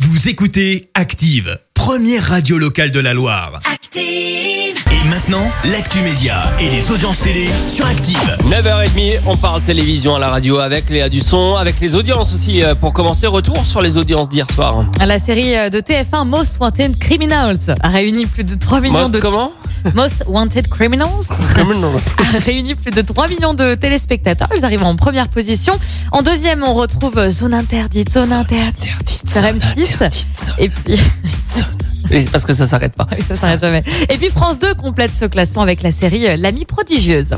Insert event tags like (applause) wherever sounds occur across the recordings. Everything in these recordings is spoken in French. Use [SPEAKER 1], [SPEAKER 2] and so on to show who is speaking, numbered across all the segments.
[SPEAKER 1] Vous écoutez Active, première radio locale de la Loire.
[SPEAKER 2] Active.
[SPEAKER 1] Et maintenant, l'actu média et les audiences télé sur Active.
[SPEAKER 3] 9h30, on parle télévision à la radio avec Léa Dusson, avec les audiences aussi. Euh, Pour commencer, retour sur les audiences d'hier soir.
[SPEAKER 4] La série euh, de TF1 Most Wanted Criminals a réuni plus de 3 millions
[SPEAKER 3] Most
[SPEAKER 4] de (laughs)
[SPEAKER 3] comment
[SPEAKER 4] Most Wanted Criminals (laughs)
[SPEAKER 3] Criminals.
[SPEAKER 4] a réuni plus de 3 millions de téléspectateurs. Ils arrivent en première position. En deuxième, on retrouve euh, Zone interdite, Zone interdite. Sur M6. Et puis (laughs)
[SPEAKER 3] Oui, c'est Parce que ça s'arrête pas.
[SPEAKER 4] ça s'arrête jamais. Et puis France 2 complète ce classement avec la série L'ami prodigieuse.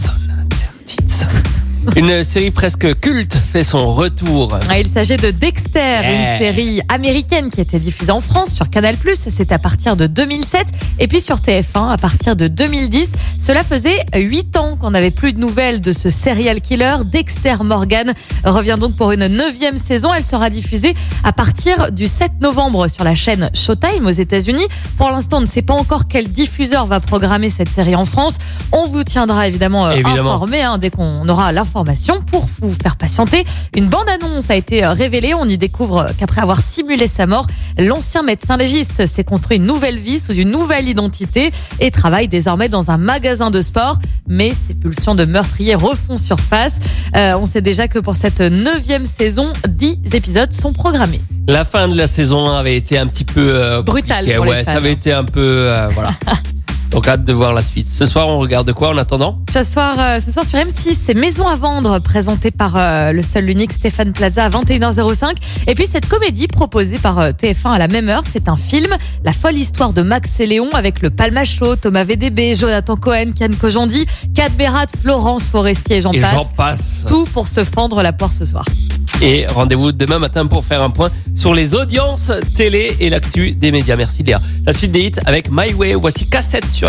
[SPEAKER 3] Une série presque culte fait son retour.
[SPEAKER 4] Ouais, il s'agit de Dexter,
[SPEAKER 3] Yeah.
[SPEAKER 4] une série américaine qui était diffusée en France sur Canal+. C'est à partir de 2007 et puis sur TF1 à partir de 2010. Cela faisait 8 ans qu'on n'avait plus de nouvelles de ce serial killer. Dexter Morgan revient donc pour une neuvième saison. Elle sera diffusée à partir du 7 novembre sur la chaîne Showtime aux États-Unis. Pour l'instant, on ne sait pas encore quel diffuseur va programmer cette série en France. On vous tiendra évidemment, euh,
[SPEAKER 3] Évidemment.
[SPEAKER 4] informé hein, dès qu'on aura l'information pour vous faire patienter. Une bande-annonce a été euh, révélée. On y découvre euh, qu'après avoir simulé sa mort, l'ancien médecin légiste s'est construit une nouvelle vie sous une nouvelle identité et travaille désormais dans un magasin de sport. Mais ses pulsions de meurtrier refont surface. Euh, on sait déjà que pour cette neuvième saison, 10 épisodes sont programmés.
[SPEAKER 3] La fin de la saison 1 avait été un petit peu euh,
[SPEAKER 4] Brutale
[SPEAKER 3] compliquée.
[SPEAKER 4] pour les
[SPEAKER 3] Ouais, ça
[SPEAKER 4] fans. hein.
[SPEAKER 3] avait été un peu euh,
[SPEAKER 4] (laughs)
[SPEAKER 3] voilà. Donc hâte de voir la suite. Ce soir, on regarde quoi en attendant
[SPEAKER 4] Ce soir, euh, ce soir sur M6, c'est Maison à vendre, présenté par euh, le seul unique Stéphane Plaza à 21h05. Et puis cette comédie proposée par euh, TF1 à la même heure, c'est un film, La folle histoire de Max et Léon avec le Palma Show, Thomas VDB, Jonathan Cohen, Kian Kojandi, Kat Berat, Florence Forestier et j'en
[SPEAKER 3] Et j'en
[SPEAKER 4] passe.
[SPEAKER 3] passe.
[SPEAKER 4] Tout pour se fendre la poire ce soir.
[SPEAKER 3] Et rendez-vous demain matin pour faire un point sur les audiences télé et l'actu des médias. Merci Léa. La suite des hits avec My Way. Voici Cassette sur